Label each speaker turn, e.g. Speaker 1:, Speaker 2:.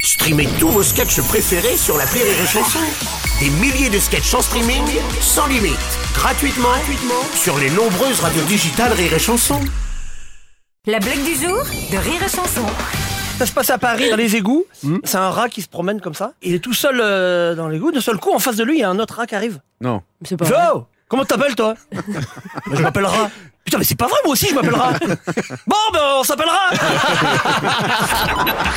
Speaker 1: Streamez tous vos sketchs préférés sur la Rire et Chanson. Des milliers de sketchs en streaming, sans limite, gratuitement, gratuitement sur les nombreuses radios digitales Rire et Chanson.
Speaker 2: La blague du jour de Rire et Chanson.
Speaker 3: Ça se passe à Paris, dans les égouts. C'est un rat qui se promène comme ça. Il est tout seul euh, dans l'égout. De seul coup, en face de lui, il y a un autre rat qui arrive.
Speaker 4: Non.
Speaker 2: C'est
Speaker 3: Il fait, Oh Comment t'appelles, toi Bah, Je m'appelle rat. Putain, mais c'est pas vrai, moi aussi, je m'appelle rat. Bon, ben, on s'appelle rat